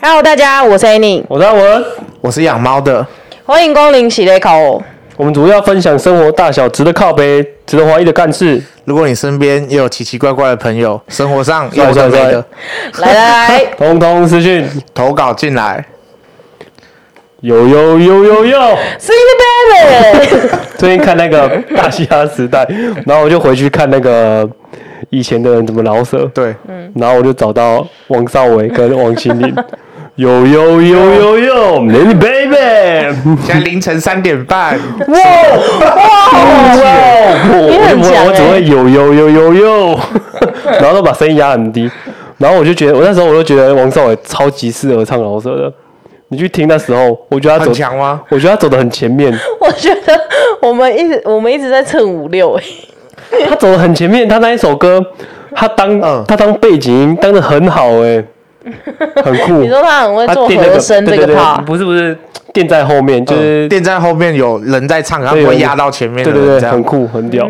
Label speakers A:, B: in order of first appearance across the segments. A: Hello，大家，我是 Annie，
B: 我是阿文，
C: 我是养猫的，
A: 欢迎光临喜雷烤哦。
B: 我们主要分享生活大小值得靠背、值得怀疑的干事。
C: 如果你身边也有奇奇怪怪的朋友，生 活上
B: 帅
C: 有
B: 帅
C: 的没
B: 帅
C: 的，
A: 来来 来，
B: 通通私讯，
C: 投稿进来。
B: 有有有有有。
A: 是一个 baby。
B: 最近看那个《大嘻哈时代》，然后我就回去看那个以前的人怎么饶舌，
C: 对，
A: 嗯
B: 然后我就找到王少伟跟王心凌，有有有有有，Lady Baby，
C: 现在凌晨三点 半，
B: 哇哇！
A: 你
B: 我
A: 很强欸
B: 我我只会有有有有有，然后都把声音压很低，然后我就觉得，我那时候我就觉得王少伟超级适合唱饶舌的。你去听那时候，我觉得他走
C: 很强吗？
B: 我觉得他走的很前面，
A: 我觉得我们一直我们一直在蹭五六哎，
B: 他走的很前面，他那一首歌，他当、
C: 嗯
B: 他当背景音当的很好哎、很酷
A: 你。说他很会
B: 哦他
A: 做
B: 垫那
A: 和声这个
B: 对对对
A: part，
B: 不是不是垫在后面，
A: 呃
B: 就是、
C: 店在后面有人在唱，然后
B: 对
C: 不会
B: 有
C: 压到前面的
B: 对
C: 人，
B: 对
C: 这
B: 对，
C: 样
B: 很酷很屌。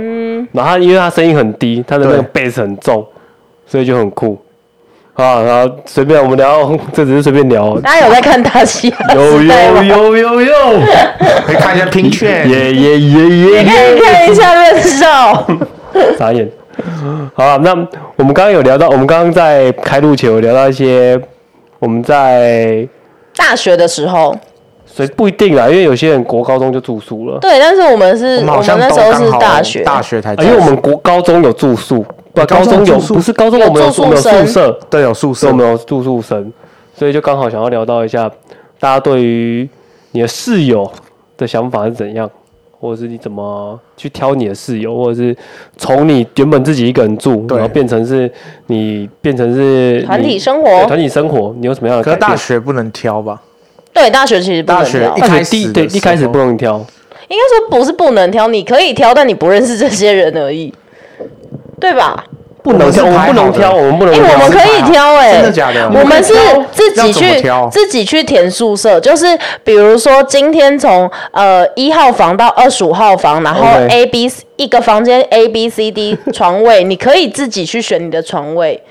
B: 然后他因为他声音很低，他的那个 bass 很重，所以就很酷。啊，然后随便我们聊，这只是随便聊。
A: 大家有在看大啊西亚
B: 有
A: 时代
B: 有
A: 吗？
B: 有有 有，
C: 可以看一下拼 券。
B: 耶耶耶耶
A: 你 可以
B: 耶！
A: 看一下哦任少，
B: 傻眼。好啊，那我们刚刚有聊到，我们刚刚在开录前有聊到一些我们在
A: 大学的时候，
B: 所以不一定啦，因为有些人国高中就住宿了，
A: 对，但是我们是
C: 我们
A: 我
C: 好
A: 们
C: 像
A: 那
C: 都
A: 时候是
C: 刚好
A: 大学，
C: 大学才
B: 啊
C: 住，
B: 因为我们国高中有住宿，不，高
C: 高中
B: 中有
C: 住宿
B: 不是高中
A: 有
B: 我们有
A: 住
B: 我们有
A: 宿
B: 宿
A: 生
B: 舍，
C: 对有宿
B: 所以
C: 舍
B: 我，们有住宿生，所以就刚好想要聊到一下大家对于你的室友的想法是怎样，或者是你怎么去挑你的室友，或者是从你原本自己一个人住，
C: 对
B: 然后变成是你变成是
A: 团体
B: 你
A: 生
B: 对
A: 活，
B: 团体生活，你有什么样的
C: 可
B: 改
C: 是
B: 变
C: 大？学不能挑吧？
A: 对，大学其实不能
C: 大学
A: 挑
C: 一
B: 大学
C: 开始
B: 第
C: 的
B: 对
C: 时
B: 一开始
C: 候
B: 不容易挑，
A: 应该说不是不能挑，你可以挑，但你不认识这些人而已，对吧？
B: 不能挑，我
C: 我
B: 们
C: 们
B: 不
C: 是
B: 能
C: 排好的
B: 挑，我们不能
A: 哎、
B: 挑。
A: 我们可以挑哎、
C: 啊真的假的
A: 我们是自己
C: 要怎么
A: 去
C: 挑
A: 自己去填宿舍，就是比如说今天从呃一号房到二十五号房，然后
B: OK
A: A B 一个房间 A B C D 床位，你可以自己去选你的床位，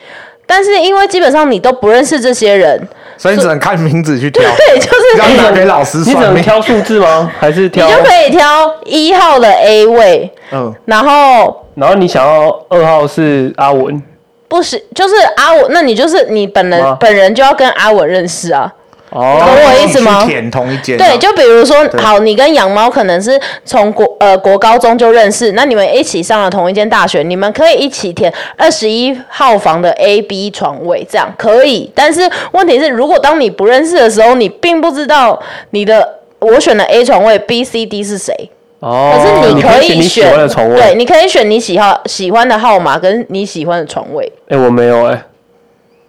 A: 但是因为基本上你都不认识这些人，
C: 所以你只能看名字去挑，
A: 对，就是
C: 要拿给老师
B: 你只
C: 算
B: 能
C: 命。
B: 挑数字吗？还是
A: 你
B: 挑？
A: 就可以挑一号的 A 位，
C: 嗯，
A: 然后
B: 然后你想要二号是阿文，
A: 不是，就是阿文，那你就是你本人
B: 吗
A: 本人就要跟阿文认识啊。
B: 哦，
A: 懂我意思吗
C: 一起去填同一间啊，
A: 对，就比如说，好，你跟养猫可能是从国呃国高中就认识，那你们一起上了同一间大学，你们可以一起填二十一号房的 A、B 床位，这样可以。但是问题是，如果当你不认识的时候，你并不知道你的我选的 A 床位 B、C、D 是谁，
B: 哦，
A: 可是
B: 你
A: 可以
B: 选你喜欢的床位。
A: 对，你可以选你喜好喜欢的号码跟你喜欢的床位。
B: 哎、我没有哎、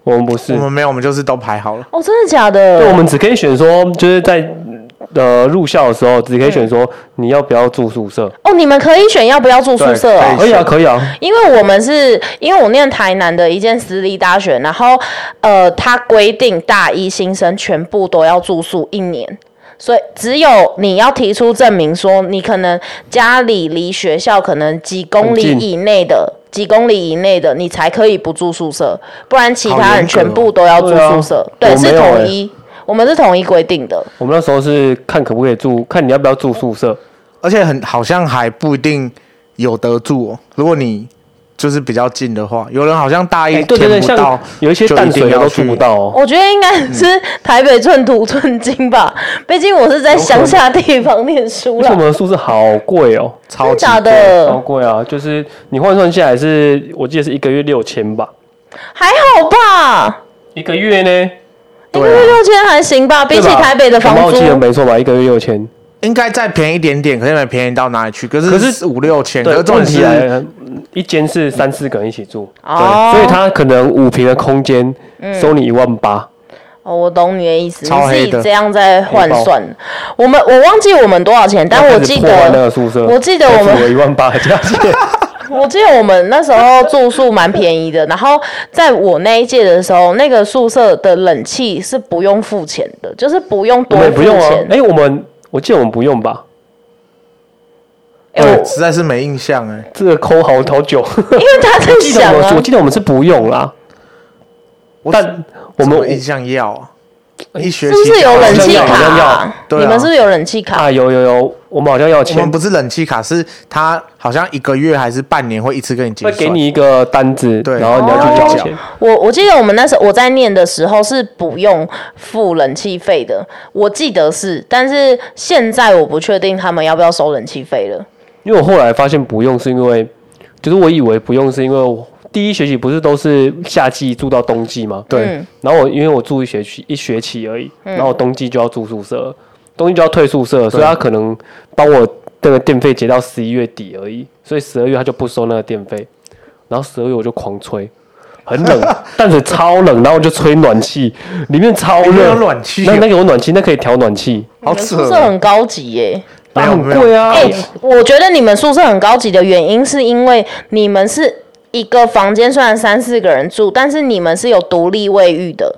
B: 我们不是
C: 我，们没有，我们就是都排好了。
A: 哦，真的假的？
B: 对，我们只可以选说，就是在呃入校的时候，只可以选说你要不要住宿舍。
A: 哦，你们可以选要不要住宿舍哦。
B: 可以啊，可以啊，
A: 因为我们是因为我念台南的一间私立大学，然后呃，它规定大一新生全部都要住宿一年。所以只有你要提出证明，说你可能家里离学校可能几公里
B: 很近
A: 以内的几公里以内的，你才可以不住宿舍，不然其他
C: 好严
A: 人
C: 格
A: 全部都要住
B: 对啊
A: 宿舍。
B: 我
A: 对，
B: 没
A: 是
B: 有
A: 统
B: 欸
A: 一，我们是统一规定的。
B: 我们那时候是看可不可以住，看你要不要住宿舍。
C: 而且很好像还不一定有得住、哦。如果你就是比较近的话，有人好像大一
B: 哎、
C: 填
B: 对对对，
C: 不到，
B: 像有一些
C: 就
B: 淡水
C: 定
B: 的
C: 要
B: 都
C: 去
B: 住不。到哦。
A: 我觉得应该
B: 嗯
A: 是台北寸土寸金吧，毕竟我是在乡下地方念书
B: 而且我
A: 啦
B: 们。的宿舍好贵哦，
C: 超级
A: 真假
C: 贵
B: 好
A: 的？
B: 贵啊！就是你换算下来是，我记得是一个月六千吧，
A: 还好吧，
B: 一个月呢，
A: 一
C: 对
A: 个
C: 啊
A: 月六千还行吧，比
B: 对
A: 起
B: 吧
A: 台北的房
B: 感冒
A: 租
B: 记。得没错吧？一个月六千，
C: 应该再便宜一点点，可是没便宜到哪里去。可是
B: 可
C: 可
B: 是
C: 是五六千，可
B: 对，
C: 是重
B: 问
C: 点
B: 题
C: 是
B: 来了，一间是三四个人一起住，
A: 哦，嗯
B: 所以他可能五平的空间收你一万八，
A: 哦，我懂你的意思，
C: 超
A: 你自
C: 黑的
A: 己这样在换算。我们我忘记我们多少钱，但我记
B: 那开始破坏那个
A: 得，
B: 宿舍，
A: 我记得我们
B: 一万八的价 钱，
A: 我记得我们那时候住宿蛮便宜的。然后在我那一届的时候，那个宿舍的冷气是不用付钱的，就是不用
B: 我
A: 多
B: 们也
A: 付
B: 不用啊
A: 钱。。
B: 哎，我们我记得我们不用吧？
A: 哎我
C: 对实在是没印象哎、
B: 这个抠好好 久，
A: 因为他在
B: 记得
A: 想
B: 我
A: 啊
B: 们我，记得我们是不用啦，
C: 我
B: 但我
C: 我
B: 们哎
C: 印象要啊、一学
A: 是
C: 期
A: 不是有冷气
B: 好
A: 卡
B: 像要
A: 啊？
C: 对啊
A: 你们是不是有冷气卡？
B: 啊，有有有，我们好像要
C: 我
B: 钱
C: 们，不是冷气卡，是他好像一个月还是半年会一次跟你结
B: 会
C: 算，
B: 给你一个单子，
C: 对哦
B: 然后你要去交钱。
A: 我我记得我们那时候我在念的时候是不用付冷气费的，我记得是，但是现在我不确定他们要不要收冷气费了。
B: 因为我后来发现不用，是因为就是我以为不用，是因为我第一学期不是都是夏季住到冬季吗？
C: 对
A: 嗯
B: 然后我因为我住一学期一学期而已，然后我冬季就要住宿舍了，冬季就要退宿舍了，所以他可能帮我这个电费结到十一月底而已，所以十二月他就不收那个电费，然后十二月我就狂吹。很 冷，淡水超冷，然后我就吹暖气，里面超
C: 里面
B: 热。
C: 有暖气
B: 那
C: 哦
B: 那个有暖气，那可以调暖气，
C: 好
A: 你们
C: 扯
A: 宿舍
C: 哦，
A: 很高级耶、
C: 没有
B: 啊
C: 没
B: 很
C: 有
B: 贵啊。
A: 哎、我觉得你们宿舍很高级的原因，是因为你们是一个房间，虽然三四个人住，但是你们是有独立卫浴的。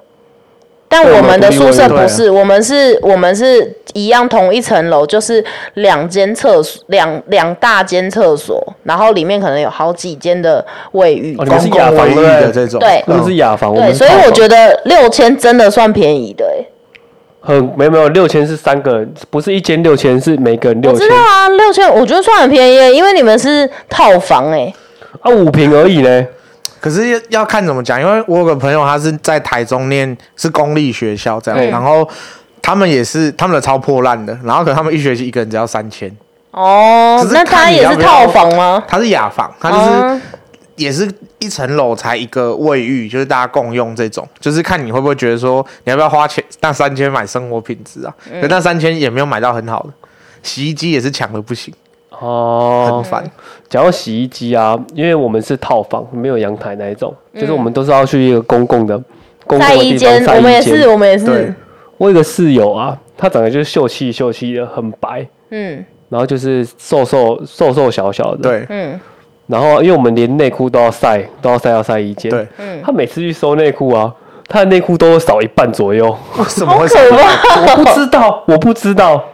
A: 但
B: 对
A: 我们的
B: 我们有
A: 宿
B: 独立卫浴啊
A: 舍不是，我们是，我们是一样同一层楼，就是两间厕所，两两大间厕所，然后里面可能有好几间的卫浴。
B: 哦你
C: 公
B: 们是
C: 共
B: 雅房
C: 卫
B: 对
C: 浴
B: 不对
C: 的这种，
A: 对
B: 那个是雅房，我
A: 对，
B: 们是
A: 所以
B: 套
A: 我
B: 房
A: 觉得六千真的算便宜的、欸，
B: 很没有没有六千是三个人，不是一间六千，是每个人六
A: 我
B: 千
A: 知道啊，六千我觉得算很便宜、欸，因为你们是套房、欸，
B: 啊，五平而已呢。
C: 可是要要看怎么讲，因为我有个朋友他是在台中念是公立学校这样，
A: 嗯
C: 然后他们也是他们的超破烂的，然后可能他们一学期一个人只要三千，
A: 哦
C: 只，是
A: 那
C: 看
A: 它
C: 你
A: 也
C: 要
A: 是
C: 不要
A: 套房吗？
C: 他是雅房，他就是、
A: 哦
C: 也是一层楼才一个卫浴，就是大家共用这种，就是看你会不会觉得说你要不要花钱那三千买生活品质啊，
A: 嗯
C: 可那三千也没有买到很好的，洗衣机也是抢的不行，很
B: 哦，
C: 烦。
B: 讲到洗衣机啊，因为我们是套房，没有阳台那一种，就是我们都是要去一个公共的公共
A: 在
B: 的
A: 一
B: 地
A: 嗯间
B: 方，晒
A: 我们也
B: 衣
A: 是，
B: 间。
A: 我们也是
C: 对，
B: 我有一个室友啊，他长得就是秀气秀气的，很白，
A: 嗯
B: 然后就是瘦瘦瘦瘦小小的。。
C: 对
A: 嗯，
B: 然后因为我们连内裤都要晒，都要晒到晒衣间。
C: 对。，
A: 嗯
B: 他每次去收内裤啊，他的内裤都少一半左右。
C: 为什么
A: 好
C: 会
A: 可怕
B: 我不
A: 哦，
B: 知道，我不知道。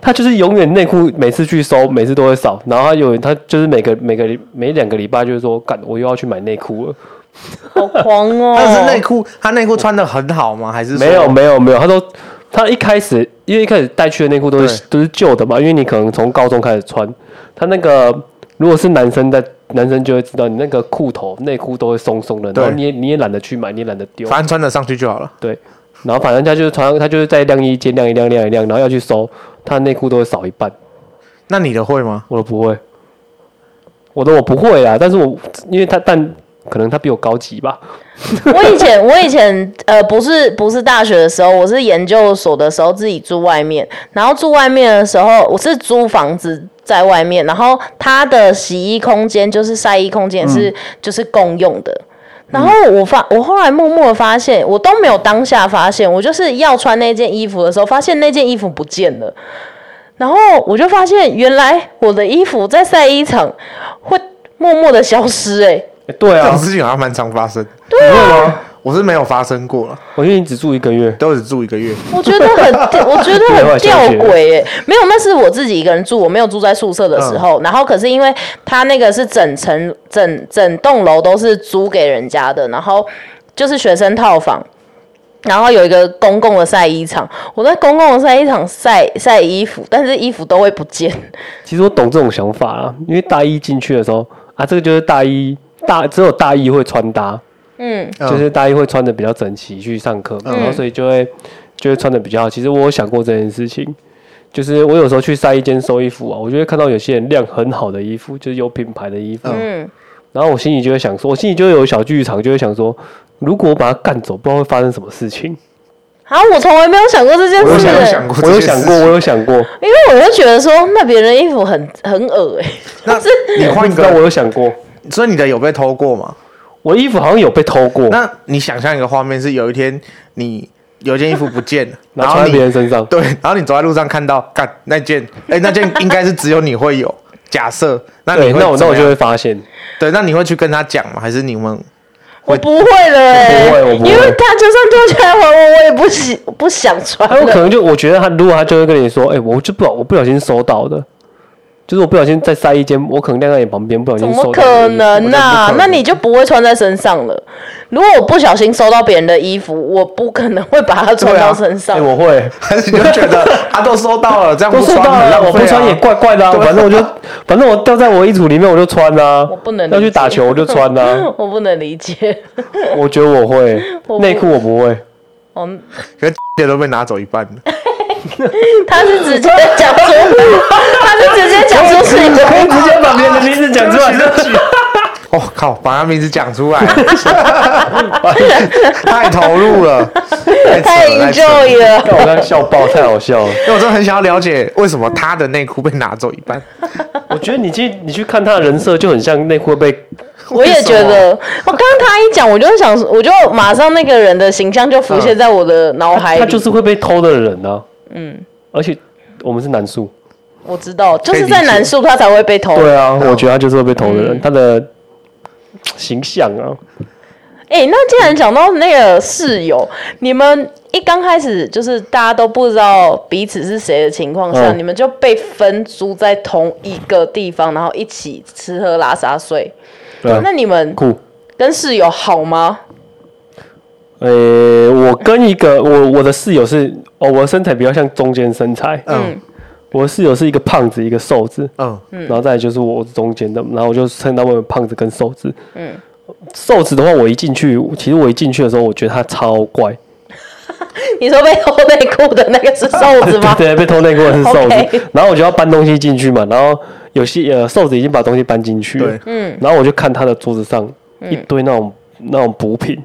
B: 他就是永远内裤每次去收，每次都会少，然后他有他就是每个每个每两个礼拜就是说，干我又要去买内裤了。
A: 好狂哦！
C: 他是内裤，他内裤穿的很好吗？还是说
B: 没有没有没有，他说他一开始因为一开始带去的内裤都是都是旧的嘛，因为你可能从高中开始穿，他那个如果是男生在男生就会知道你那个裤头内裤都会松松的，然后
C: 对
B: 你也你也懒得去买，你也懒得丢，
C: 反正穿得上去就好了。
B: 对，然后反正他就是穿他就是在晾衣间晾一晾晾一晾，然后要去收，他的内裤都会少一半。
C: 那你的会吗？
B: 我都不会，我的我不会啊，但是我因为他但可能他比我高级吧，
A: 我以前我以前呃不是不是大学的时候，我是研究所的时候自己住外面，然后住外面的时候我是租房子在外面，然后它的洗衣空间就是晒衣空间也是、就是共用的。然后我发，我后来默默的发现，我都没有当下发现，我就是要穿那件衣服的时候，发现那件衣服不见了。然后我就发现，原来我的衣服在晒衣场会默默的消失、欸，
B: 欸对
C: 这
B: 啊
C: 种，事情好像蛮常发生。对吗？我是没有发生过了，
B: 我因为你只住一个月，
C: 都只住一个月。
A: 我觉得很，我觉得很吊
B: 没有我
A: 诡耶、 嗯没有，那是我自己一个人住，我没有住在宿舍的时候。然后可是因为他那个是整层、整整栋楼都是租给人家的，然后就是学生套房。然后有一个公共的晒衣场，我在公共的晒衣场晒晒衣服，但是衣服都会不 见。
B: 其实我懂这种想法啊，因为大一进去的时候啊，这个就是大一大只有大一会穿搭，
A: 嗯，
C: 嗯
B: 就是大一会穿的比较整齐去上课嘛，然后所以就会就会穿的比较好。其实我有想过这件事情。就是我有时候去晒衣间收衣服啊，我就会看到有些人量很好的衣服，就是有品牌的衣服，
A: 嗯
B: 然后我心里就会想说，我心里就会有小剧场，就会想说，如果我把他干走，不知道会发生什么事情。
A: 好，啊我从来没有想过这件
C: 我有
A: 事、
C: 想
A: 欸
C: 想过
B: 我
C: 这
B: 有
C: 件
B: 想
C: 事
B: 过，
C: 情，
B: 我有想过，
A: 因为我就觉得说那别人的衣服很很恶哎、
C: 那你换一
B: 你知道我
C: 个，
B: 有想过，
C: 所以你的有被偷过吗？
B: 我衣服好像有被偷过，
C: 那你想象一个画面是有一天你有一件衣服不见了，
B: 然
C: 然
B: 后
C: 后
B: 穿在别
C: 你
B: 人身上。
C: 对，然后你走在路上看到，干那件，哎、那件 应该是只有你会有。假设，那你
B: 对，
C: 会
B: 那我
C: 怎
B: 那
C: 么
B: 我就
C: 样
B: 会发现，
C: 对，那你会去跟他讲吗？还是你们
A: 我不会了哎、
B: 我不会我不会
A: 因为他就算丢起来还我，我也不喜不想穿
B: 他有可
A: 了。
B: 能就我觉得他，如果他就会跟你说，哎、我就不小我不小心收到的，就是我不小心再塞一间，我可能晾在你旁边，不小
A: 怎
B: 心
A: 么
B: 收到你的
A: 可
B: 衣服
A: 能
B: 我就不可
A: 啊？
B: 能
A: 那你就不会穿在身上了。如果我不小心收到别人的衣服，我不可能会把它穿
C: 对啊
A: 到身上。
B: 哎、我会。
C: 还是你就觉得啊都收到了，这样
B: 都
C: 不
B: 收
C: 穿
B: 到
C: 很
B: 了，
C: 浪
B: 我不
C: 费啊
B: 穿也怪 怪的、啊。
C: 对啊
B: 反正我就，反正我掉在我衣橱里面，我就穿啊。
A: 我不能理解
B: 要去打球，我就穿 啊。
A: 我不能理解。
B: 我觉得我会
A: 我不
B: 内裤，我不会。
A: 哦，
C: 可是 都被拿走一半了。
A: 他是直接讲出， 他是 直接讲出是一
B: 我可以
A: 个，
B: 直接把别人的名字讲出 来，
C: 我、哦、靠，把他名字讲 出来，太投入了，
A: 太
C: 太扯了扯
A: enjoy 了。
B: 看我刚笑爆，太好笑了。
C: 因为我真的很想要了解为什么他的内裤被拿走一半。
B: 我觉得你去你去看他的人设，就很像内裤被
A: 我也觉得，我刚刚他一讲，我就想，我就马上那个人的形象就浮现在我的脑海里。
B: 他就是会被偷的人呢、嗯，而且我们是男宿。
A: 我知道，就
C: 以
A: 是
C: 理
A: 在
C: 解
A: 南宿他才会被偷。
B: 对啊，我觉得他就是会被偷的人，他的形象啊，
A: 哎、那既然讲到那个室友，你们一刚开始就是大家都不知道彼此是谁的情况下，
B: 嗯
A: 你们就被分租在同一个地方，然后一起吃喝拉撒睡。
B: 对啊
A: 那你们
B: 酷。
A: 跟室友好吗？
B: 呃、我跟一个我我的室友是哦，我的身材比较像中间身材，
C: 嗯
B: 我的室友是一个胖子，一个瘦子，
C: 嗯，
B: 然后再来就是我中间的，然后我就称他为胖子跟瘦子。嗯，瘦子的话，我一进去，其实我一进去的时候，我觉得他超怪，
A: 你说被偷内裤的那个是瘦子吗？
B: 对，被偷内裤的 是瘦子
A: OK
B: 然后我就要搬东西进去嘛，然后有些呃瘦子已经把东西搬进去了
C: 对，
B: 嗯，然后我就看他的桌子上一
A: 嗯
B: 堆那种、那种补品，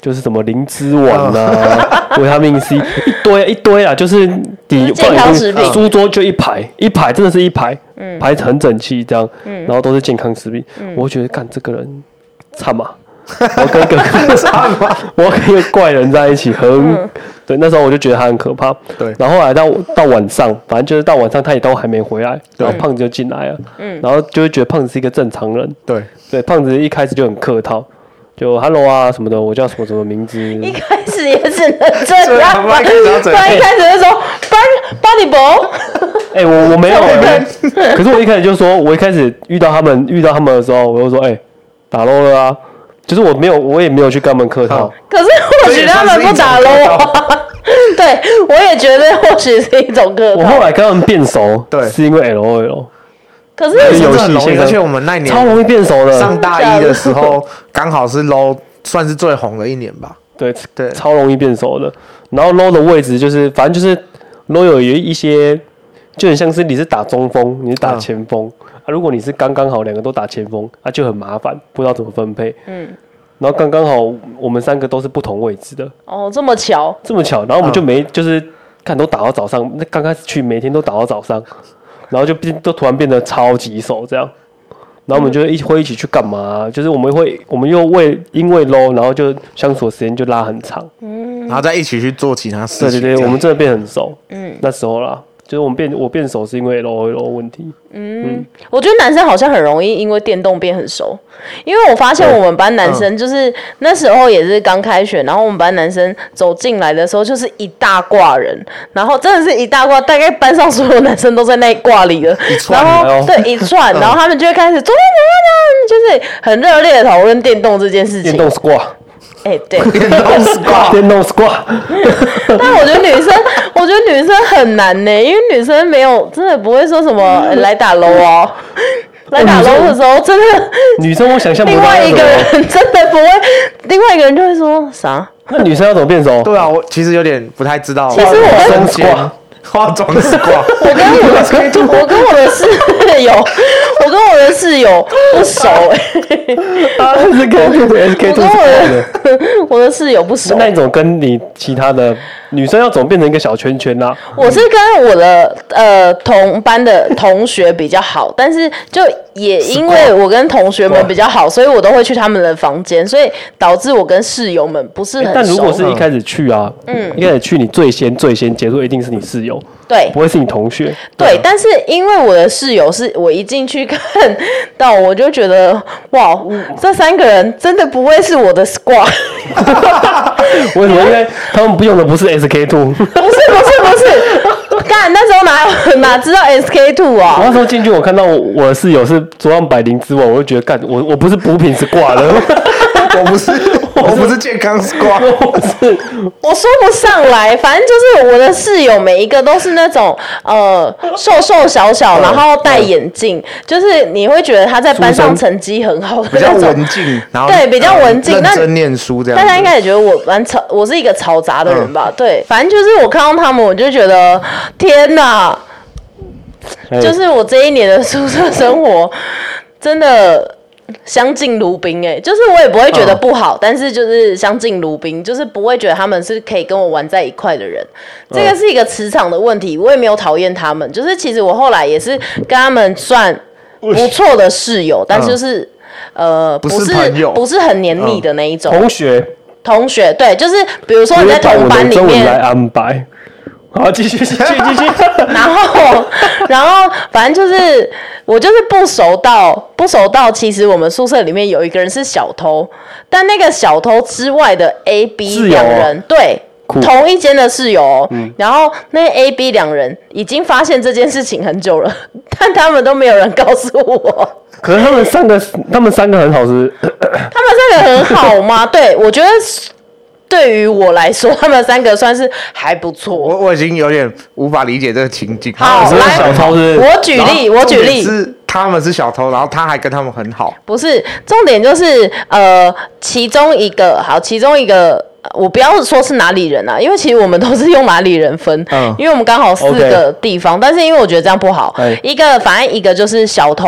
B: 就是什么灵芝丸啊、 维他命 C 一堆一堆啊，就是
A: 哦就是
B: 底
A: 健康食品嗯
B: 书桌就一排一排，真的是一排，排得很整齐这样，然后都是健康食品，我会觉得干这个人惨嘛。我跟一个
C: 嗯
B: 我跟一个怪人在一起，很、
A: 嗯
B: 对。那时候我就觉得他很可怕。
C: 对
B: 然后后来到到晚上，反正就是到晚上他也都还没回来，然后胖子就进来了。嗯，然后就会觉得胖子是一个正常人。
C: 对，
B: 对，胖子一开始就很客套，就 “hello 啊”什么的，我叫什么什么名字。
A: 一开始也只能这
C: 对
A: 样
C: 啊
A: 吧，
C: 不然一开始要
A: 不
C: 怎样
A: 然一开始就说 “ban body b
B: 哎、我我没有、欸，可是我一开始就说，我一开始遇到他们遇到他们的时候，我就说：“哎、打 l 了啊！”就是我没有，我也没有去跟他们客套。
C: 嗯
A: 可是或许他们不打喽啊。对，我也觉得或许是一种客
B: 我
A: 套
B: 后。来跟他们变熟，
C: 对
B: 是因为 L O L。
A: 可是
B: 游
C: 真
B: 戏
C: 的很容
B: 现
C: 易。
B: 在
C: 而且我们那一年
B: 超容易变熟的，
C: 哎上大一的时候，刚好是 low 算是最红的一年吧。
B: 对
C: 对
B: 超容易变熟的。然后 low 的位置就是，反正就是 low 有一些，就很像是你是打中锋，你是打前锋、啊。如果你是刚刚好两个都打前锋，啊就很麻烦，不知道怎么分配。嗯。然后刚刚好我们三个都是不同位置的，
A: 哦，这么巧，
B: 这么巧，然后我们就没、就是看都打到早上，那刚开始去每天都打到早上，然后就变都突然变得超级熟这样。然后我们就一会一起去干嘛、啊就是我们会，我们又为因为 low，然后就相处的时间就拉很长。
C: 然后再一起去做其他事
B: 对
C: 情。
B: 对对，
C: 这
B: 我
C: 样
B: 们真的变很熟。嗯，那时候啦，就是我们变我变熟是因为 low low 问题。
A: 我觉得男生好像很容易因为电动变很熟，因为我发现
B: 嗯
A: 我们班男生就是、那时候也是刚开学，然后我们班男生走进来的时候就是一大挂人，然后真的是一大挂，大概班上所有男生都在那一挂里了，然
C: 串
B: 来
A: 后
B: 哦
A: 对一串，然后他们就会开始昨天怎么样，就是很热烈的讨论电动这件事
B: 电
A: 情。
B: 动 squad，
A: 哎、对，
B: 电动 squad，
A: 但我觉得女生，我觉得女生很难呢，因为女生没有真的不会说什么、呃来打 low 哦，来打 low 的时候真的。
B: 女生我想象不
A: 另
B: 到
A: 外
B: 要
A: 一
B: 怎
A: 个
B: 么。
A: 人真的不会，另外一个人就会说啥？
B: 那女生要怎么变熟？
C: 对啊，我其实有点不太知道。
A: 其实我
B: 化妆
C: 中间
B: squad，
C: 化妆 squad，
A: 我跟我的我跟我的室友，我跟我的室友不熟、欸，
B: 啊，是跟 SK
A: 我
B: 兔
A: 跟我
B: 的。
A: 的 我的室友不熟
B: 是。那一种跟你其他的女生要怎么变成一个小圈圈啊啦、
A: 我是跟我的呃同班的同学比较好，但是就也因为我跟同学们比较好，所以我都会去他们的房间，所以导致我跟室友们不是很熟。
B: 哎但如果是一开始去啊，嗯，一开始去你最先最先接触一定是你室友，
A: 对
B: 不会啊是你同学。
A: 对，但是因为我的室友是我一进去看到，我就觉得哇，这三个人真的不会是我的 squad，哎
B: 为什么？因为他们不用的不是 SK two，
A: 不是不是不是，干那时候哪有哪知道 SK two
B: 我
A: 啊？
B: 那时候进去，我看到我我的室友是桌上摆灵芝丸，我就觉得干我我不是补品是挂了，
C: 我不是，我不是健康 squad，
B: 我是
A: 我说不上来，反正就是我的室友每一个都是那种呃瘦瘦小小，然后戴眼镜，就是你会觉得他在班上
B: 书生
A: 成绩很好的
C: 比较啊
A: 那种
C: 文。静，然后
A: 对比较文静
C: 认
A: 那
C: 真念书这样
A: 大
C: 子。
A: 家应该也觉得我蛮嘈，我是一个嘈杂的人吧？
C: 嗯
A: 对，反正就是我看到他们，我就觉得天哪！
B: 哎
A: 就是我这一年的宿舍生活，真的相敬如宾哎、就是我也不会觉得不好，但是就是相敬如宾，就是不会觉得他们是可以跟我玩在一块的人。这个是一个磁场的问题，我也没有讨厌他们，就是其实我后来也是跟他们算不错的室友，但是就是。呃，不
C: 不是朋友
A: 不是很黏腻的那一种、
B: 同学，
A: 同学，对，就是比如说
B: 我
A: 你在
B: 用
A: 同班里
B: 中文
A: 面，
B: 来安排。 好，继续继续继续，
A: 然后， 然后反正就是我就是不熟到不熟到，其实我们宿舍里面有一个人是小偷，但那个小偷之外的 A、B
B: 室友
A: 两
B: 哦嗯
A: 人，对。
B: 酷
A: 同一间的室友哦、然后那 A、B 两人已经发现这件事情很久了，但他们都没有人告诉我。
B: 可是他们三个，他们三个很好吃，
A: 他们三个很好 吗？对我觉得是对于我来说，他们三个算是还不错。
C: 我我已经有点无法理解这个情景。
A: 好
C: 他们
A: 来
C: 是小偷，
B: 是
A: 我举例，
C: 然后
A: 我举
C: 重点
A: 例，
C: 是他们是小偷，然后他还跟他们很好，
A: 不是，重点就是呃，其中一个好，其中一个。呃我不要说是哪里人啊，因为其实我们都是用哪里人分，
B: 嗯
A: 因为我们刚好四
B: OK
A: 个地方但是因为我觉得这样不好，
B: 哎
A: 一个反正一个就是小偷，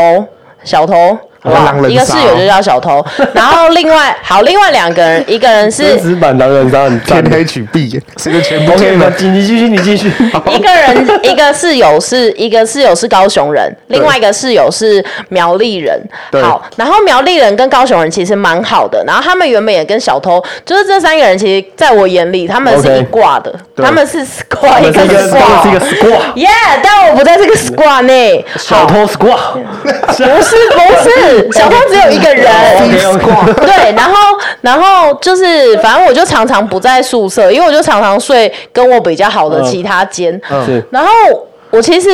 A: 小偷，好不
C: 狼
A: 好？
C: 人
A: 一个室
C: 杀哦
A: 友就叫小偷，然后另外好，另外两个人，一个人 是
B: 真实版狼人杀很 赞
C: 天。黑请闭眼，这个全部
B: OK，
C: 了
B: 那。你你继续，你继续。
A: 一个人，一个室友是一个室友是高雄人，另外一个室友是苗栗人。
C: 对
A: 好，然后苗栗人跟高雄人其实蛮好的，然后他们原本也跟小偷，就是这三个人，其实在我眼里他们是
B: OK
A: 一挂的，
C: 对
A: 他们是 squad
B: 这
A: 一
B: 个
A: 个
B: 这个是一
A: squad。
B: 个 squad，
A: Yeah，但我不在这个 squad 内。好
B: 小偷 squad，
A: 不是 不是，小偷只有一个人。
B: OK，OK
A: 对，然后然后就是，反正我就常常不在宿舍，因为我就常常睡跟我比较好的
B: 嗯
A: 其他间。
B: 是
A: 然后我其实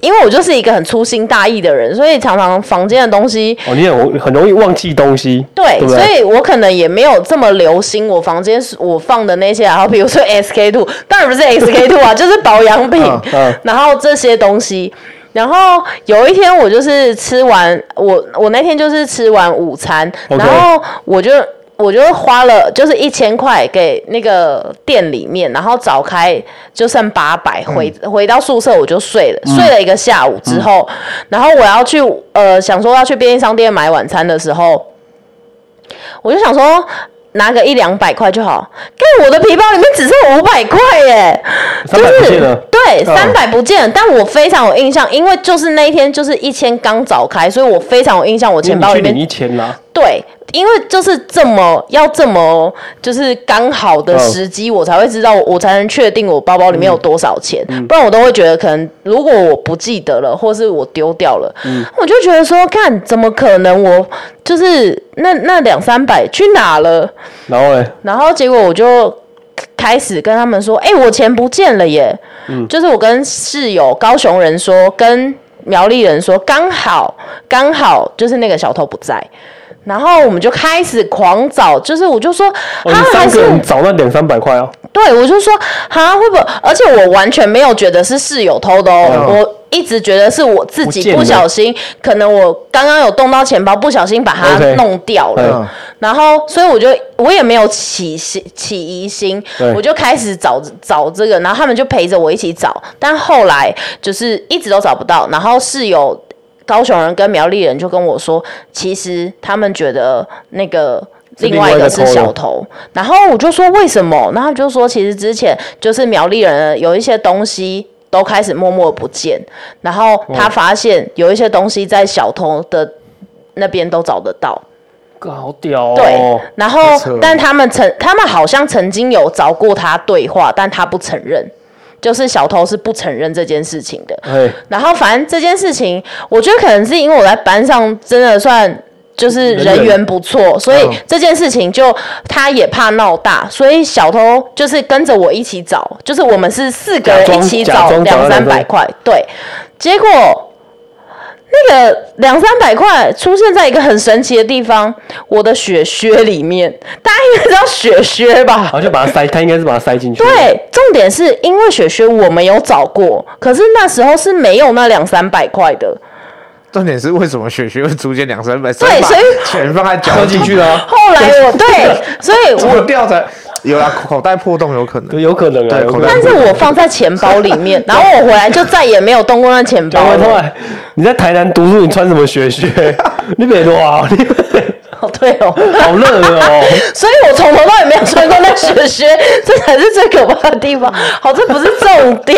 A: 因为我就是一个很粗心大意的人，所以常常房间的东西。
B: 哦，你很容很容易忘记东西，
A: 对，
B: 对不
A: 所
B: 对？
A: 以我可能也没有这么留心我房间我放的那些，然后比如说 SK two，当然不是 SK two 啊，就是保养品，
B: 嗯嗯
A: 然后这些东西。然后有一天我就是吃完我我那天就是吃完午餐
B: OK
A: 然后我就我就花了就是一千块给那个店里面，然后早开就剩八百，回、
B: 嗯
A: 回到宿舍我就睡了，睡了一个下午之后，然后我要去呃想说要去便利商店买晚餐的时候，我就想说。拿个一两百块就好，但我的皮包里面只剩五百块耶，就
B: 300不
A: 是
B: 见了
A: 对
B: 嗯
A: 三百不见了，但我非常有印象，因为就是那一天就是一千刚早开，所以我非常有印象，我
B: 因为
A: 钱
B: 你
A: 包里
B: 去
A: 面
B: 领一千啦，
A: 对，因为就是这么要这么就是刚好的时机，我才会知道，我才能确定我包包里面有多少钱，不然我都会觉得可能如果我不记得了，或是我丢掉了，我就觉得说，看怎么可能我就是那那两三百去哪了？
B: 然后嘞，
A: 然后结果我就开始跟他们说：“哎、我钱不见了耶！”
B: 嗯
A: 就是我跟室友高雄人说，跟苗栗人说，刚好刚好就是那个小偷不在，然后我们就开始狂找，就是我就说：“啊
B: 哦，你，
A: 还
B: 三
A: 是
B: 个
A: 我
B: 人找那两三百块哦，
A: 对，我就说哈会不会？而且我完全没有觉得是室友偷的哦，我一直觉得是我自
B: 不
A: 己
B: 见
A: 不
B: 了
A: 小心，可能我刚刚有动到钱包，不小心把它
B: OK
A: 弄掉了。
B: 嗯
A: 然后，所以我就我也没有起心起疑心
B: 对，
A: 我就开始找找这个，然后他们就陪着我一起找，但后来就是一直都找不到。然后室友高雄人跟苗栗人就跟我说，其实他们觉得那个
B: 是
A: 另外一
B: 另外
A: 个
B: 一个
A: 是
B: 偷的
A: 小偷，然后我就说为什么？然后他们就说其实之前就是苗栗人有一些东西都开始默默不见，然后他发现有一些东西在小偷的那边都找得到。
B: 哥好屌哦，
A: 对，然后
C: 好扯哦
A: 但他们曾他们好像曾经有找过他对话，但他不承认，就是小偷是不承认这件事情的。
B: 哎，
A: 然后反正这件事情，我觉得可能是因为我在班上真的算就是人缘不错，所
B: 嗯
A: 以这件事情就他也怕闹大，所以小偷就是跟着我一起找，就是我们是四个人一起
B: 假
A: 找
B: 装假装
A: 两
B: 找到
A: 三
B: 两
A: 百
B: 三
A: 块，对，结果。那个两三百块出现在一个很神奇的地方，我的雪靴里面，大家应该知道雪靴吧？
B: 然后就把它塞，他应该是把它塞进去。，
A: 对，重点是因为雪靴我们有找过，可是那时候是没有那两三百块的。
C: 重点是为什么雪雪会出现两三百？
A: 对所以
C: 钱放在脚
B: 塞进去
C: 了，
B: 了啊，
A: 后来我对， 所以
C: 怎
A: 我
C: 么掉才有啊？口袋破洞有可能。
B: 对有可能啊，
C: 对
B: 有可
C: 口袋
A: 但。
B: 能
A: 是我放在钱包里 面，然后我回来就再也没有动过那钱
B: 讲
A: 包
B: 回头
A: 了。
B: 来，哎你在台南读书，你穿什么学靴？你别多啊，你
A: 哦，对哦，
B: 好热哦。
A: 所以我从头到尾没有穿过那雪靴，这才是最可怕的地方。好，这不是重点。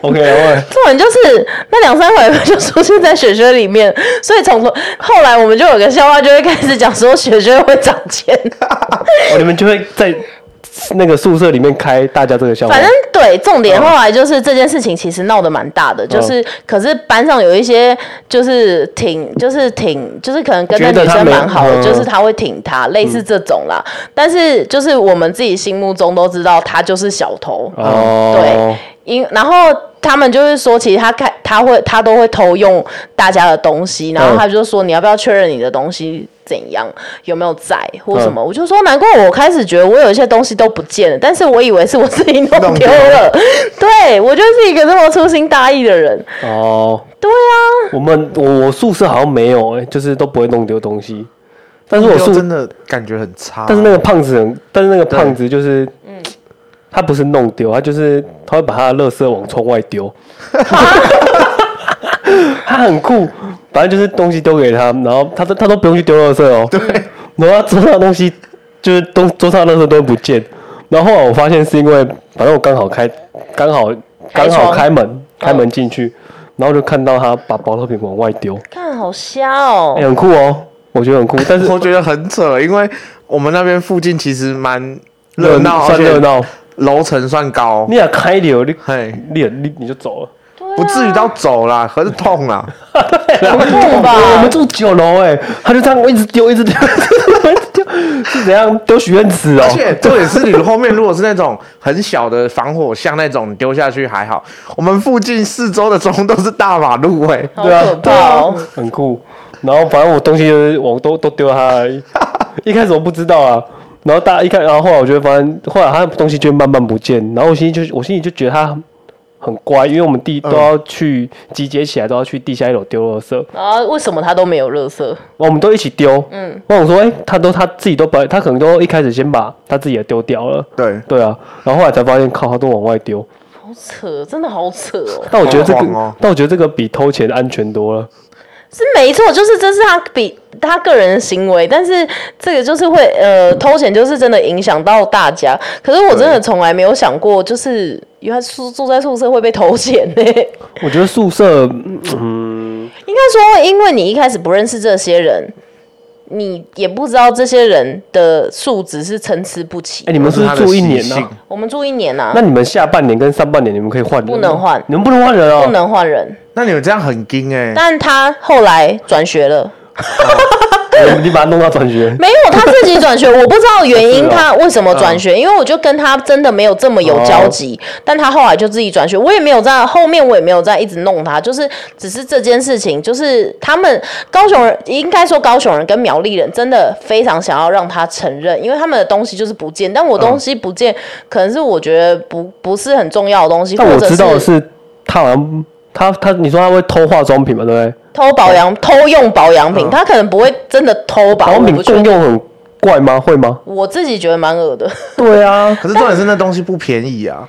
B: OK，喂，
A: 重点就是那两三回就出现在雪靴里面，所以从头后来我们就有个笑话，就会开始讲说雪靴会涨钱。
B: 哦你们就会在那个宿舍里面开大家这个笑话
A: 反。正对，重
B: 嗯
A: 点后来就是这件事情其实闹得蛮大的，就是可是班上有一些就是挺就是挺就是可能跟那
B: 觉得
A: 女
B: 她
A: 生
B: 没
A: 蛮好的，
B: 嗯
A: 就是他会挺她，类似这种啦。但是就是我们自己心目中都知道他就是小偷，
B: 哦，
A: 对，因然后他们就是说，其实他看他会他都会偷用大家的东西，然后
B: 嗯
A: 他就说你要不要确认你的东西怎样有没有在或什
C: 嗯
A: 么，我就说难怪我开始觉得我有一些东西都不见了，但是我以为是我自己弄
C: 弄
A: 丢
C: 丢
A: 了，对我就是一个这么粗心大意的人，
B: 哦，
A: 对啊，
B: 我们我我宿舍好像没有哎，就是都不会弄丢东西。但是我宿
C: 真的感觉很差，
B: 但是那个胖子很，但是那个胖子就是，他不是弄丢，他就是他会把他的垃圾往窗外丢。他很酷，反正就是东西丢给他，然后他都他都不用去丢垃圾哦。对，然后他桌上的东西就是东桌上的垃圾都不见。然后后来我发现是因为，反正我刚好开，刚好
A: 开
B: 刚好
A: 窗
B: 开门，开门进去，然后就看到他把保乐瓶往外丢，
A: 看好瞎哦
B: 哎，，很酷哦，我觉得很酷，但是
C: 我觉得很扯，因为我们那边附近其实蛮热闹，
B: 算热，闹。
C: 楼层算高，
B: 你俩开流，你
C: 嘿，
B: 你你你就走了。
C: 不至于到走啦，可是痛啦。
A: 痛
B: 我
A: 吧
B: 们？住九楼哎，他就这样一直丢，一直丢， 一直丢，是怎样丢许愿池哦
C: 而？且重点是你后面如果是那种很小的防火巷那种，你丢下去还好。我们附近四周的中都是大马路哎、
A: 好
B: 对啊
A: 可怕
B: 对啊
A: 哦！
B: 很酷。然后反正我东西就是我都都丢他而已，一开始我不知道啊。然后大家一看，然后后来我觉得，反正后来他的东西就慢慢不见。然后我心里就我心里就觉得他很乖，因为我们地
A: 嗯
B: 都要去集结起来，都要去地下一楼丢垃圾。
A: 然后啊为什么他都没有垃圾？
B: 我们都一起丢。嗯，我想说，哎、他都他自己都把，他可能都一开始先把他自己的丢掉了。
C: 对，
B: 对啊，然后后来才发现，靠，他都往外丢。
A: 好扯，真的好扯哦！
B: 但我觉得这
C: 好
B: 个，
C: 狂哦
B: 但我觉得这个比偷钱安全多了。
A: 是没错，就是这是他比他个人的行为，但是这个就是会呃偷钱，就是真的影响到大家。可是我真的从来没有想过，就是原来住住在宿舍会被偷钱呢、
B: 我觉得宿舍，嗯，
A: 应该说，因为你一开始不认识这些人，你也不知道这些人的素质是参差不齐
B: 哎、。你们是不是住一年
C: 这是
B: 呢、
C: 他的习性
A: 我们住一年啊
B: 那，你们下半年跟上半年你们可以换人吗？
A: 不能换
B: 你们不能换人哦。
A: 不能换人，
C: 那你们这样很惊哎、
A: 但他后来转学了。
B: 你你把他弄到转学。
A: 没有，他自己转 学，我不知道原因，
B: 是哦嗯
A: 他为什么转学，因为我就跟他真的没有这么有交集，但他后来就自己转学，我也没有在后面，我也没有在一直弄他，就是只是这件事情，就是他们高雄人应该说高雄人跟苗栗人真的非常想要让他承认，因为他们的东西就是不见，但我
B: 嗯
A: 东西不见，可能是我觉得不不是很重要的东西，
B: 但
A: 或
B: 我
A: 者
B: 知道的是，他好像他他，你说他会偷化妆品嘛，对不对？
A: 偷保养、偷用保养品，他可能不会真的偷吧，
B: 嗯保养
A: 啊我
B: 品
A: 不确
B: 共
A: 定，
B: 用很怪吗？会吗？
A: 我自己觉得蛮恶的。
B: 对 啊，
C: 可是重点是那东西不便宜啊，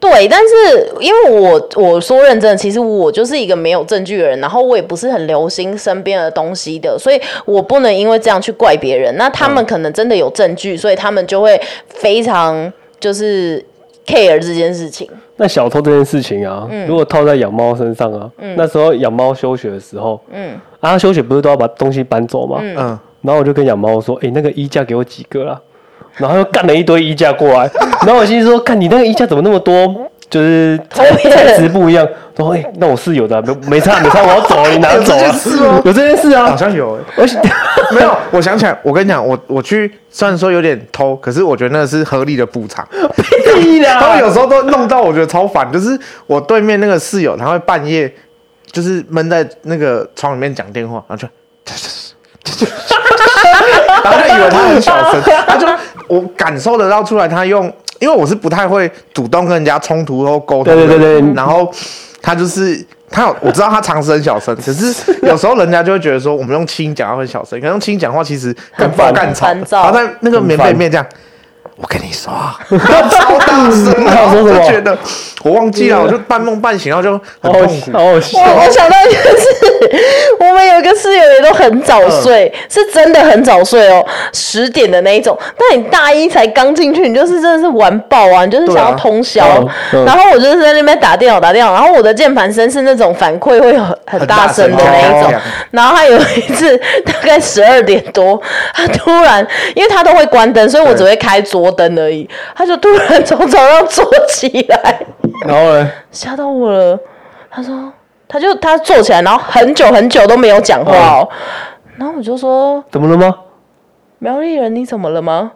A: 对，但是因为我我说认真的，其实我就是一个没有证据的人，然后我也不是很留心身边的东西的，所以我不能因为这样去怪别人。那他们可能真的有证据，所以他们就会非常就是 care 这件事情。
B: 那小偷这件事情啊，
A: 嗯
B: 如果套在养猫身上啊，那时候养猫休学的时候，嗯，啊，它休学不是都要把东西搬走吗？
C: 嗯，
B: 然后我就跟养猫说，诶，哎那个衣啊架给我 几个啦，然后又干了一堆衣架过来，然后我心里说，看你那个衣架怎么那么多，就是
A: 偷别人
B: 材质不一样。然后哎，那我室友的啊没 没差没差，我要走了，你拿走
C: 有这件
B: 啊
C: 事吗？
B: 有这件事
C: 好
B: 啊，
C: 像有、欸。
B: 而且
C: 没有，我想起来，我跟你讲，我我去，虽然说有点偷，可是我觉得那是合理的补偿。
B: 屁啦
C: 他们有时候都弄到我觉得超烦，就是我对面那个室友，他会半夜就是闷在那个床里面讲电话，然后就， 然后就以为他很小声，他就我感受得到出来，他用，因为我是不太会主动跟人家冲突或沟通的人，
B: 对对对对
C: 然后他就是。他有，我知道他常声小声，只是有时候人家就会觉得说，我们用轻讲话会小声，可是用轻讲话其实更
A: 很
C: 爆
A: 烦
C: 干吵的
A: 很，烦
C: 然后在那个棉被里面这样，我跟你 说啊，超大声的，然后我就觉得我忘记了，我就半梦半醒，然后就很
B: 好
C: 痛
B: 嗯好
C: 苦。
B: 好笑。
A: 我我想到一件事，我们有一个室友也都很早睡，是真的很早睡哦，十点的那一种。但你大一才刚进去，你就是真的是玩爆啊，你就是想要通宵。
B: 对啊嗯嗯
A: 然后我就是在那边打电脑打电脑，然后我的键盘声是那种反馈会很很大声的那一种
C: 很大声哦。
A: 然后他有一次大概十二点多，他突然因为他都会关灯，所以我只会开桌灯而已，他就突然从床上坐起来。
B: 然后呢？
A: 吓到我了。他说，他就他坐起来，然后很久很久都没有讲话哦。然后我就说，
B: 怎么了吗？
A: 苗栗人你怎么了吗？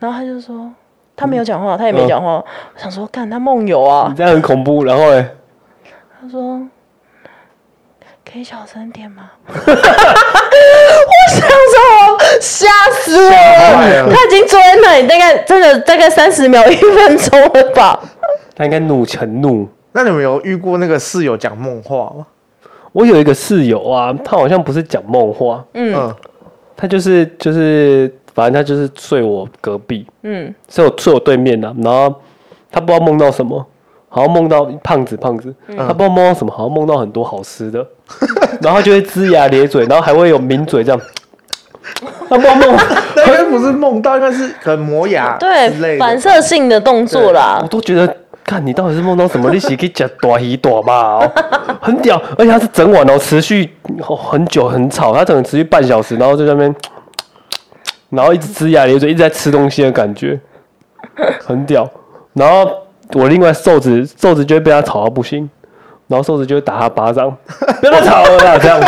A: 然后他就说，他没有讲话，他也没讲话。我想说，干他梦游啊
B: 你。这样很恐怖。然后呢？
A: 他说，可以小声点吗？ 我想说，我吓死我
C: 坏
A: 了！
C: 了
A: 他已经坐在那里，大概真的大概三十秒、一分钟了吧。
B: 他应该怒很怒。
C: 那你们有遇过那个室友讲梦话吗？
B: 我有一个室友啊，他好像不是讲梦话，
C: 嗯，
B: 他就是就是，反正他就是睡我隔壁，
A: 嗯，
B: 睡我睡我对面的、然后他不知道梦到什么，好像梦到胖子胖子，他不知道梦到什么，好像梦到很多好吃的，然后他就会龇牙咧嘴，然后还会有抿嘴这样。他不知道梦，
C: 那应该不是梦到，应该是可能磨牙之类
A: 对，
C: 的
A: 反射性的动作啦
B: 我。都觉得，看你到底是梦到什么？你是去讲短鱼短吧、哦，很屌，而且他是整晚哦，持续、哦很久很吵，他可能持续半小时，然后就在那边，然后一直龇牙咧嘴，一直在吃东西的感觉，很屌。然后我另外瘦子，瘦子就会被他吵到不行，然后瘦子就会打他巴掌，不要再吵了啦，这样，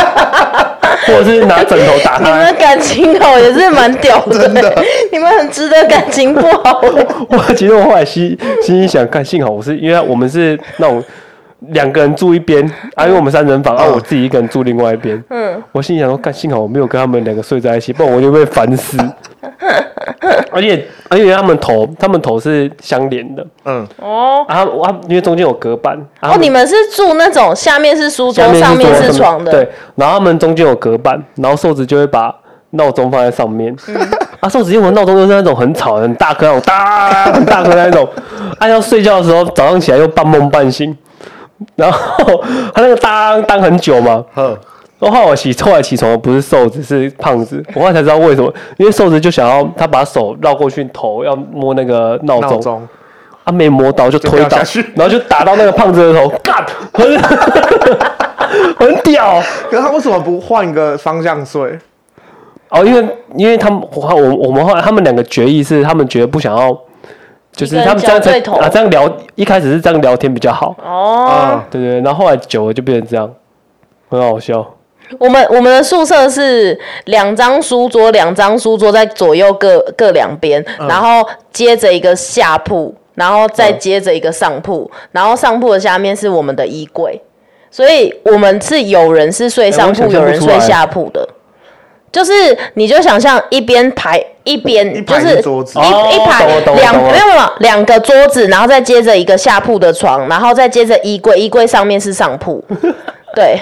B: 或者是拿枕头打
A: 你们
B: 他。
A: 的感情好也是蛮屌的,、 你们很值得感情不好、
B: 我其实我后来心心里想，看幸好我是因为我们是那种两个人住一边啊，因为我们三人房啊，我自己一个人住另外一边。嗯，我心里想说，看幸好我没有跟他们两个睡在一起，不然我就被烦死。 而且而且他们头他们头是相连的
C: 嗯，
A: 哦。
B: 啊，我啊因为中间有隔板啊。
A: 哦，你们是住那种下面是书桌
B: 下，面
A: 上
B: 是
A: 面是床的，
B: 对，然后他们中间有隔板，然后瘦子就会把闹钟放在上面。 啊，瘦子因为我闹钟都是那种很吵、很大颗那种，哒，很大颗那种。啊，要睡觉的时候，早上起来又半梦半醒，然后他那个当当很久嘛。
C: 呵，
B: 然后后来我起，后来起床的不是瘦子，是胖子。我后来才知道为什么，因为瘦子就想要他把手绕过去，头要摸那个闹
C: 闹
B: 钟，
C: 钟，
B: 他没摸到就推
C: 就
B: 倒
C: 掉下去，
B: 然后就打到那个胖子的头，干，很很屌
C: 可是他为什么不换一个方向睡？
B: 哦，因为因为他们我我我们后来他们两个决议是，他们觉得不想要，就是他们这样
A: 一个人交
B: 才
A: 对头
B: 啊这样聊，一开始是这样聊天比较好，
A: 哦，
C: 啊，
B: 对对，对然后后来久了就变成这样，很好笑，
A: 我们我们的宿舍是两张书桌，两张书桌在左右各各两边，
B: 嗯
A: 然后接着一个下铺，然后再接着一个上铺，然后上铺的下面是我们的衣柜，所以我们是有人是睡上铺，
B: 哎我想象
A: 有
B: 不
A: 人
B: 出
A: 睡
B: 来
A: 下铺的。就是你就想象一边排一边
C: 一
A: 就
C: 排
A: 是
C: 一桌子
A: 一
B: 哦
A: 一排
B: 懂了懂了
A: 两
B: 懂了
A: 没有没有两个桌子，然后再接着一个下铺的床，然后再接着衣柜，衣柜上面是上 铺，对。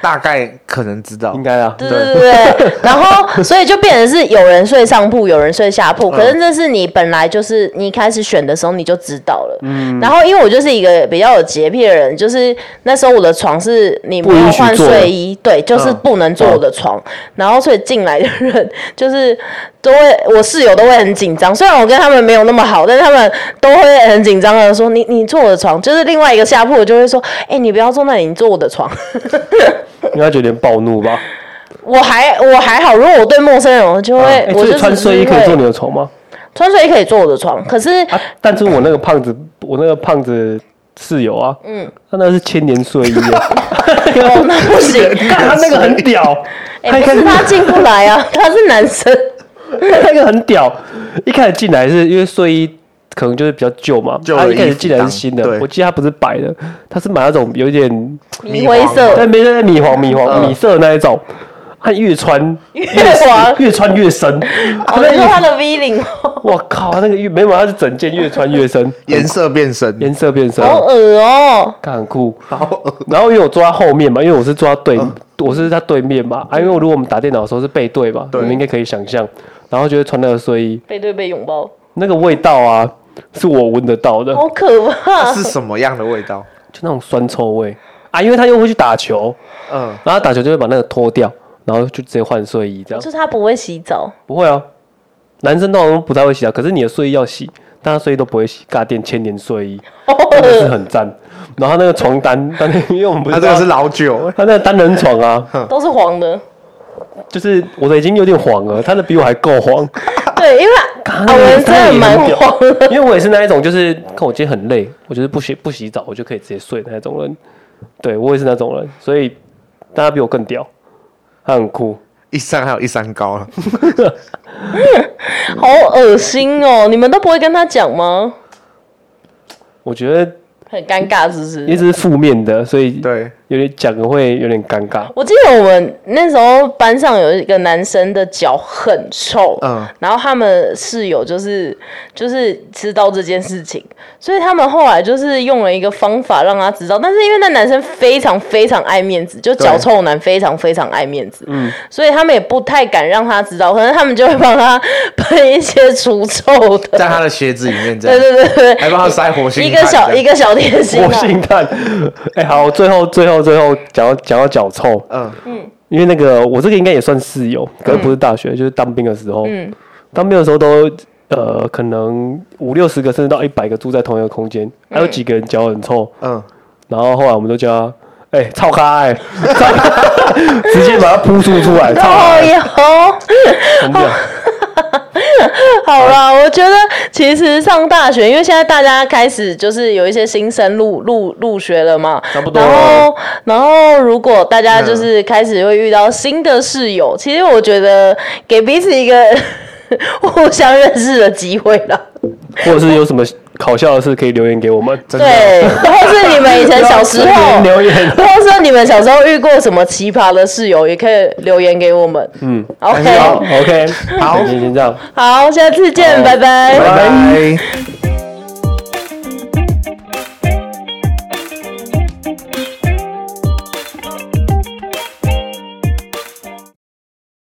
C: 大概可能知道
B: 应，该啊，
A: 对对对对，然后所以就变成是有人睡上铺，有人睡下铺。可是这是你本来就是你一开始选的时候你就知道了。嗯。然后因为我就是一个比较有洁癖的人，就是那时候我的床是你没有换睡衣，对，就是不能坐我的床。然后所以进来的人就是都会，我室友都会很紧张。虽然我跟他们没有那么好，但是他们都会很紧张的说：“你你坐我的床。”就是另外一个下铺，我就会说：“哎、你不要坐那里，你坐我的床。”
B: 应该觉得有点暴怒吧？
A: 我还我还好，如果我对陌生人，我就会，
B: 哎
A: 我
B: 所
A: 就
B: 以
A: 只
B: 穿
A: 是
B: 睡衣可以
A: 会
B: 做你的床吗？哎
A: 穿睡衣可以坐我的床，可是
B: 啊，但是我那个胖子，我那个胖子室友啊，嗯，他那是千年睡衣啊，
A: 哦， 那不行，
B: 他那个很屌，
A: 哎、
B: 他一
A: 不
B: 开
A: 是
B: 始
A: 他进不来啊，他是男生，
B: 那个很屌，一开始进来是因为睡衣可能就是比较旧嘛，
C: 旧的
B: 他一开
C: 衣
B: 始
C: 服
B: 进来
C: 当
B: 是新的
C: 对，
B: 我记得他不是白的，他是买那种有一点
A: 米灰色
B: 但，没在米黄米黄
C: 嗯
B: 米色的那一种，他越穿
A: 越黄。
B: 越穿越深，
A: 哦，
B: 那
A: 你
B: 衣
A: 说
B: 服
A: 他的 V 领哦吗，
B: 我靠，他那个越没毛，他是整件越穿越深，
C: 颜色变深，
B: 颜色变深，
A: 好恶哦、
B: 看很酷。
C: 然后
B: 然后因为我坐在后面嘛，因为我是坐在对，
C: 嗯
B: 我是在对面嘛，啊，因为如果我们打电脑的时候是背对嘛，你
C: 对
B: 们应该可以想象。然后就会穿那个睡衣，
A: 背对背拥抱，
B: 那个味道啊，是我闻得到的，
A: 好可怕。
C: 是什么样的味道？
B: 就那种酸臭味啊。因为他又会去打球，
C: 嗯，
B: 然后他打球就会把那个脱掉，然后就直接换睡衣这样
A: 就。是他不会洗澡，
B: 不会啊，男生通常都不太会洗啊，可是你的睡衣要洗，但他睡衣都不会洗，尬电千年睡衣
A: 好
B: 真的是
A: 恶
B: 很赞。然后他那个床单，但是因为我们不
C: 他
B: 是
C: 这个是老酒，
B: 他那个单人床啊，
A: 都是黄的。
B: 就是我的已经有点黄了，他的比我还够黄，
A: 对，因为
B: 啊
A: 阿哦文真的蛮黄的，
B: 因为我也是那一种，就是看我今天很累，我就是不洗不洗澡，我就可以直接睡的那种人。对我也是那种人，所以大家比我更屌，他很酷。
C: 一山还有一山高啊了。
A: 好恶心哦！你们都不会跟他讲吗？
B: 我觉得
A: 很尴尬，是不
B: 一
A: 是？
B: 直是负面的，所以
C: 对，
B: 有点讲的会有点尴尬。
A: 我记得我们那时候班上有一个男生的脚很臭，
C: 嗯
A: 然后他们室友就是就是知道这件事情，所以他们后来就是用了一个方法让他知道，但是因为那男生非常非常爱面子，就脚臭男非常非常爱面子，嗯，所以他们也不太敢让他知道，可能他们就会帮他喷一些除臭的，
C: 在他的鞋子里面这
A: 对
C: 样，
A: 对对对，
C: 还帮他塞火星
A: 一
C: 弹
A: 个小
C: 这样
A: 一个小贴心、啊，
B: 我姓炭，哎、好，最后最后最后讲到讲到脚臭，
C: 嗯，
B: 因为那个我这个应该也算室友，可是
A: 嗯
B: 不是大学，就是当兵的时候，当兵的时候都呃可能五六十个甚至到一百个住在同一个空间，
A: 嗯
B: 还有几个人脚很臭，
C: 嗯，
B: 然后后来我们都叫他。哎、操咖哎、 操咖直接把他扑出出来，操 咖
A: 哦
B: 欸，
A: 哟，
B: 我们讲
A: 好啦，我觉得其实上大学，因为现在大家开始就是有一些新生入入入学了嘛，
B: 差不多
A: 然
B: 了
A: 后，然后如果大家就是开始会遇到新的室友，其实我觉得给彼此一个 互相认识的机会啦。
B: 或者是有什么搞笑的事可以留言给我们。
C: 真的，
A: 对，或是你们以前小时候。
B: 留言，
A: 或者说你们小时候遇过什么奇葩的室友，也可以留言给我们。嗯
B: 好
A: ，OK，
B: ，OK，
C: 好
B: 今天先这样。
A: 好，下次见，拜拜
B: 拜
C: 拜拜。